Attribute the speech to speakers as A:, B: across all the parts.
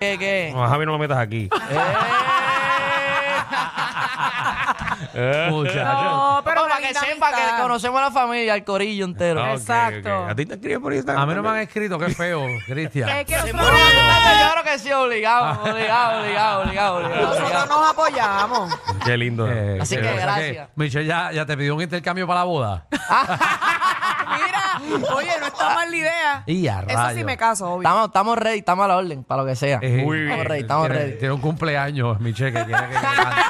A: ¿Qué, qué?
B: No, a Javi no lo metas aquí. Ah, Eh.
C: Muchacho.
A: No, pero
C: la
A: para que
C: guita
A: sepa que
C: amistad.
A: conocemos a la familia, al corillo entero.
B: Ah, ok,
C: Exacto.
B: ok. A ti te escriben por Instagram.
D: A mí no me han
B: también?
D: escrito, qué feo, Cristian.
C: Es que nosotros,
A: Claro que sí, obligado, obligado, obligado, obligado, obligado,
C: nosotros
A: obligado.
C: nos apoyamos.
B: Qué lindo.
D: Eh,
A: Así que
D: o sea
A: gracias.
D: Michelle ya, ya te pidió un intercambio para la boda.
C: Mira, oye, no está mal la idea.
D: Y a
C: Eso sí
D: rayos.
C: me caso, obvio.
A: Estamos, estamos ready, estamos a la orden, para lo que sea.
D: Eh,
B: Muy
A: Estamos
B: bien.
A: ready, estamos
D: tiene,
A: ready.
D: tiene un cumpleaños, Michelle, que quiere que le cante.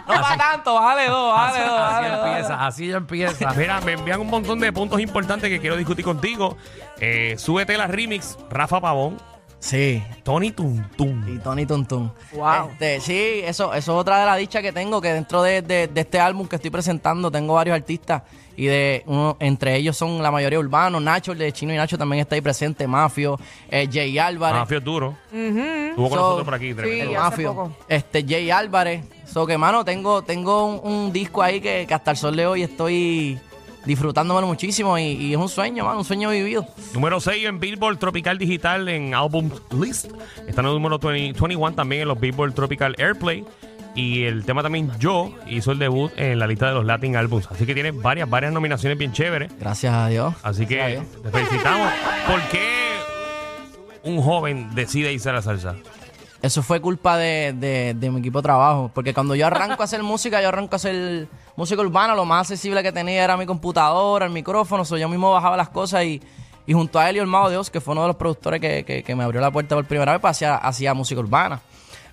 A: No para tanto, bájale dos,
D: Así,
A: bájale dos,
D: así
A: bájale dos.
D: empieza, así ya empieza.
B: Mira, me envían un montón de puntos importantes que quiero discutir contigo. Eh, súbete la remix, Rafa Pavón,
A: Sí,
B: Tony Tuntum.
A: y Tony Tuntun.
C: Wow.
A: Este, sí, eso, eso es otra de las dichas que tengo, que dentro de, de- de este álbum que estoy presentando tengo varios artistas y de uno, entre ellos son la mayoría urbanos, Nacho, el de Chino y Nacho también está ahí presente, Mafio, eh, Jay Álvarez.
B: Mafio Ah, es duro. Estuvo con
A: So,
B: nosotros por aquí. tremendo.
C: Sí, hace poco.
A: Este, Jay Álvarez. So que, mano, tengo, tengo un, un disco ahí que, que hasta el sol de hoy estoy disfrutándomelo muchísimo y, y es un sueño, mano, un sueño vivido.
B: Número 6 en Billboard Tropical Digital en Album List. Está en el número 20 21 también en los Billboard Tropical Airplay. Y el tema también Yo hizo el debut en la lista de los Latin Albums. Así que tiene varias, varias nominaciones bien chéveres.
A: Gracias a Dios.
B: Así que
A: Gracias a Dios.
B: te felicitamos. ¿Por qué un joven decide irse a la salsa?
A: Eso fue culpa de, de- de mi equipo de trabajo. Porque cuando yo arranco a hacer música, yo arranco a hacer música urbana, lo más accesible que tenía era mi computadora, el micrófono. So, yo mismo bajaba las cosas y, y junto a Elio, el Mago Dios, que fue uno de los productores que, que- que me abrió la puerta por primera vez, pues, hacía, hacía música urbana.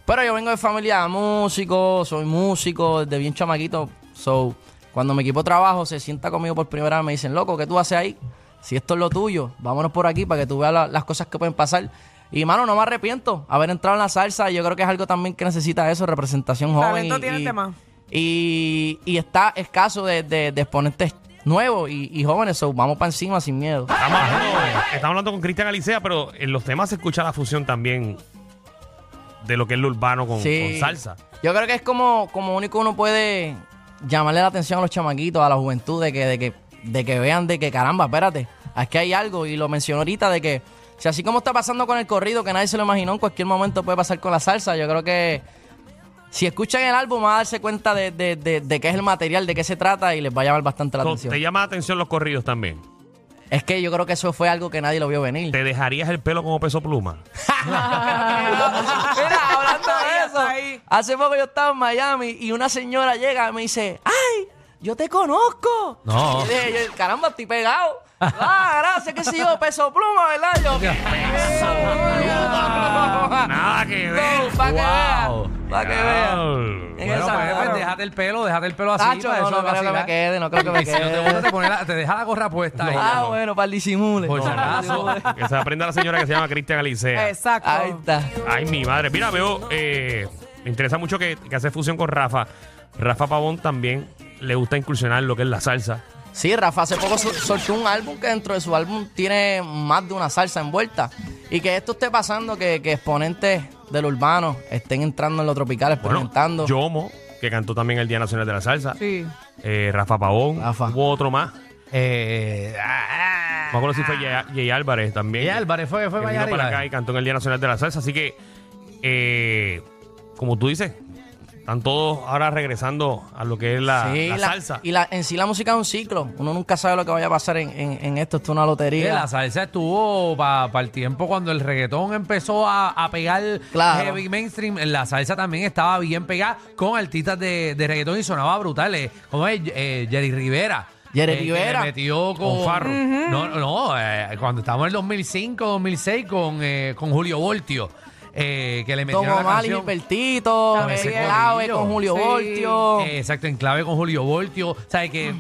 A: Pero yo vengo de familia de músicos, soy músico desde bien chamaquito. So, cuando mi equipo de trabajo se sienta conmigo por primera vez, me dicen, loco, ¿qué tú haces ahí? Si esto es lo tuyo, vámonos por aquí para que tú veas la- las cosas que pueden pasar. Y, mano, no me arrepiento haber entrado en la salsa. Yo creo que es algo también que necesita eso, representación joven.
C: Talento
A: y,
C: tiene el
A: y-
C: tema.
A: Y, y está escaso de, de- de exponentes nuevos y, y jóvenes. So, vamos para encima sin miedo.
B: Estamos hablando, estamos hablando con Cristian Alicea, pero en los temas se escucha la fusión también de lo que es lo urbano con,
A: Sí.
B: con salsa.
A: Yo creo que es como, como único uno puede llamarle la atención a los chamaquitos, a la juventud, de que, de que, de que vean de que caramba, espérate, aquí hay algo, y lo menciono ahorita de que si así como está pasando con el corrido, que nadie se lo imaginó, en cualquier momento puede pasar con la salsa, yo creo que si escuchan el álbum van a darse cuenta de, de, de- de qué es el material, de qué se trata, y les va a llamar bastante la
B: So,
A: atención.
B: te llama la atención los corridos también.
A: Es que yo creo que eso fue algo que nadie lo vio venir.
B: ¿Te dejarías el pelo como peso pluma?
A: Mira, hablando
C: Ahí,
A: de eso,
C: ahí.
A: hace poco yo estaba en Miami y una señora llega y me dice, ¡ay, yo te conozco!
D: No.
A: Y dije, yo, caramba, estoy pegado. Ah, gracias, qué sé yo, peso pluma, ¿verdad? Yo,
B: Nada que ver.
A: para que
D: Wow.
A: vean, para que vean. En
D: Bueno,
A: esa-
D: pues, pues, déjate el pelo, déjate el pelo así.
A: Tacho,
D: para
A: no, no
D: eso
A: creo que
D: vacilar.
A: me quede, no creo que me
D: Si no te gusta,
A: quede.
D: te, pone la- te deja la gorra puesta ahí.
A: Ah,
B: no.
A: bueno, para el disimule.
D: Por si acaso.
B: Que se aprenda la señora que se llama Cristian Alicea.
C: Exacto.
A: Ahí está.
B: Ay, mi madre. Mira, veo. eh, me interesa mucho que, que hace fusión con Rafa. Rafa Pavón también le gusta incursionar en lo que es la salsa.
A: Sí, Rafa hace poco sol- soltó un álbum que dentro de su álbum tiene más de una salsa envuelta. Y que esto esté pasando, que, que exponentes del urbano estén entrando en lo tropical,
B: Bueno,
A: experimentando.
B: Yomo, que cantó también el Día Nacional de la Salsa.
C: Sí.
B: Eh, Rafa Pavón.
A: Rafa.
B: Hubo otro más.
D: Eh, ah,
B: Me acuerdo si fue Jay, Jay Álvarez también.
D: Y Álvarez fue, fue
B: que vino
D: para allá
B: para
D: arriba.
B: acá y cantó en el Día Nacional de la Salsa. Así que, eh, como tú dices, están todos ahora regresando a lo que es la,
A: Sí,
B: la
A: la-
B: salsa.
A: Y la, en sí la música es un ciclo. Uno nunca sabe lo que vaya a pasar en, en- en esto. Esto es una
D: Sí,
A: lotería.
D: la salsa estuvo para el tiempo cuando el reggaetón empezó a, a pegar
A: Claro.
D: heavy mainstream. La salsa también estaba bien pegada con artistas de, de reggaetón y sonaba brutal. eh. ¿Cómo es? Eh, Jerry Rivera.
A: Jerry
D: Eh, que le
A: Rivera.
D: metió con,
B: Con Farro.
D: No, no, no, eh, cuando estábamos en el 2005, 2006 con, eh, con Julio Voltio. eh, que le metieron
A: Don
D: la
A: Omar y
D: canción.
A: Gilbertito,
D: Con ese
A: Miguel Ave
D: corillo.
A: con Julio
C: Sí.
A: Voltio.
D: Eh, exacto, en clave con Julio Voltio. ¿Sabes que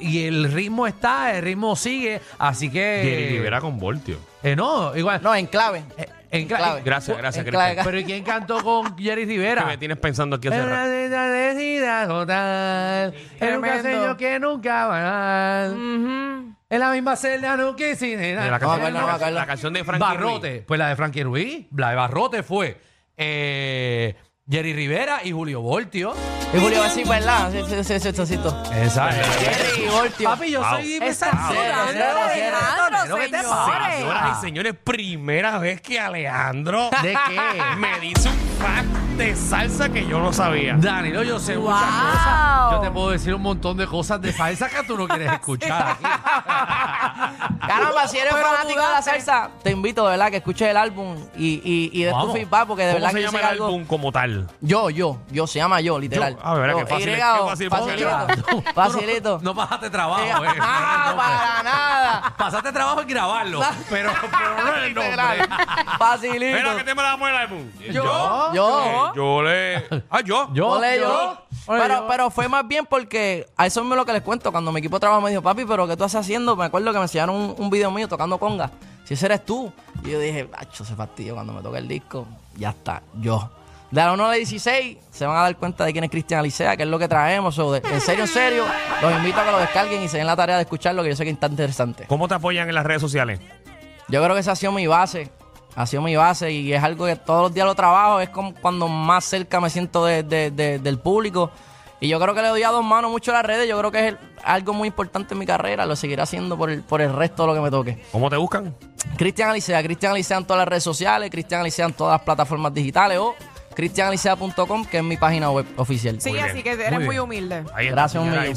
D: Y el ritmo está, el ritmo sigue, así que...
B: Jerry Rivera con Voltio.
D: Eh, no, igual.
A: no, en clave.
D: eh, en cla-
A: clave.
B: Gracias, gracias,
A: En clave.
D: Pero ¿y quién cantó con Jerry
B: Que me
D: Rivera?
B: tienes pensando aquí hace
D: Era
B: rato.
D: de la necesidad total, en un
C: Tremendo.
D: caseño que nunca van,
C: Ujú.
D: en la misma celda no quise
B: De Eh, la,
A: No,
B: canción,
A: Carlos,
B: la-
A: no, Carlos.
B: la canción de Frankie Ruiz.
D: Barrote, pues la de Frankie Ruiz, la de Barrote fue eh, Jerry Rivera y Julio Voltio.
A: Y Julio sí, ¿verdad? Sí, sí, sí, sí, chocito.
D: Exacto.
A: Jerry y Voltio.
D: Papi, yo
B: Wow.
D: soy
A: Está
D: salsero,
A: cero, cero, cero.
D: reggaetonero, ¿qué te pasa?
C: Señores.
B: Ah, Señoras y señores, primera vez que Alejandro
D: Ah. ¿De qué?
B: me dice un fact de salsa que yo no sabía.
D: Danilo, yo sé muchas
C: Wow.
D: cosas. Yo te puedo decir un montón de cosas de salsa que tú no quieres escuchar.
A: Caramba, si eres
C: Pero
A: fanático de la
C: mudaste.
A: salsa, te invito de verdad que escuches el álbum y, y, y des tu
D: Vamos.
A: feedback porque de
B: ¿Cómo
A: verdad
B: se
A: que yo
B: llama
A: sé
B: el
A: algo-
B: álbum como tal?
A: Yo, yo, yo, se llama yo, literal.
B: Yo, ah, de verdad que
A: Yo,
B: fácil es,
A: Y,
B: qué fácil,
A: facilito,
D: Tú no-
A: facilito.
D: No pasaste trabajo.
A: Sí,
D: eh.
A: ah, para nada.
D: Pasaste trabajo en grabarlo. Pero, pero no el nombre.
A: Literal. Facilito.
B: Mira, ¿qué tema le vamos a poner al álbum?
A: Yo,
B: Eh,
A: yo,
B: Yo le... Ah, yo.
D: Yo,
A: ole, yo.
D: ole,
A: Pero,
D: yo.
A: pero fue más bien porque a eso es lo que les cuento. Cuando mi equipo de trabajo me dijo, papi, pero ¿qué tú haces haciendo? Me acuerdo que me enseñaron un, un video mío tocando conga. Si ese eres tú. Y yo dije, macho, se fastidio cuando me toque el disco. Ya está, yo. De la 1 a la 16 se van a dar cuenta de quién es Cristian Alicea, que es lo que traemos. O de- en serio, en serio, los invito a que lo descarguen y se den la tarea de escucharlo, que yo sé que está interesante.
B: ¿Cómo te apoyan en las redes sociales?
A: Yo creo que esa ha sido mi base. Ha sido mi base y es algo que todos los días lo trabajo. Es como cuando más cerca me siento de- de- de- del público. Y yo creo que le doy a dos manos mucho a las redes. Yo creo que es el- algo muy importante en mi carrera. Lo seguiré haciendo por el, por el resto de lo que me toque.
B: ¿Cómo te buscan?
A: Cristian Alicea. Cristian Alicea en todas las redes sociales. Cristian Alicea en todas las plataformas digitales. O cristianalicea.com, que es mi página web oficial.
C: Sí,
B: Muy bien.
C: así que eres
D: Muy
C: muy,
D: bien.
C: humilde.
B: Ahí está,
A: Gracias, un
B: señoras
A: millón.
B: y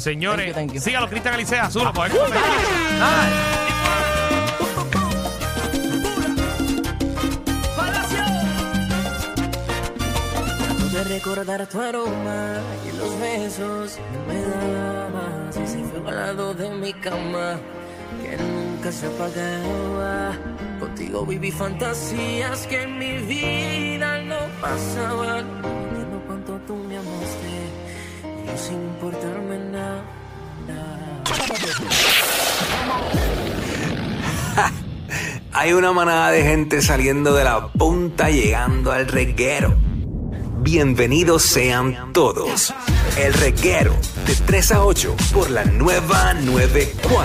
A: Thank
B: Señores,
A: you, thank you.
B: síganos, Cristian Alicea, Azul, para ver cómo se-
E: de recordar tu aroma y los besos que me dabas ese fuego al lado de mi cama que nunca se apagaba contigo viví fantasías que en mi vida no pasaban entiendo cuánto tú me amaste y yo sin importarme nada
F: Hay una manada de gente saliendo de la punta llegando al reguero. Bienvenidos sean todos. El reguero de 3 a 8 por la nueva 94.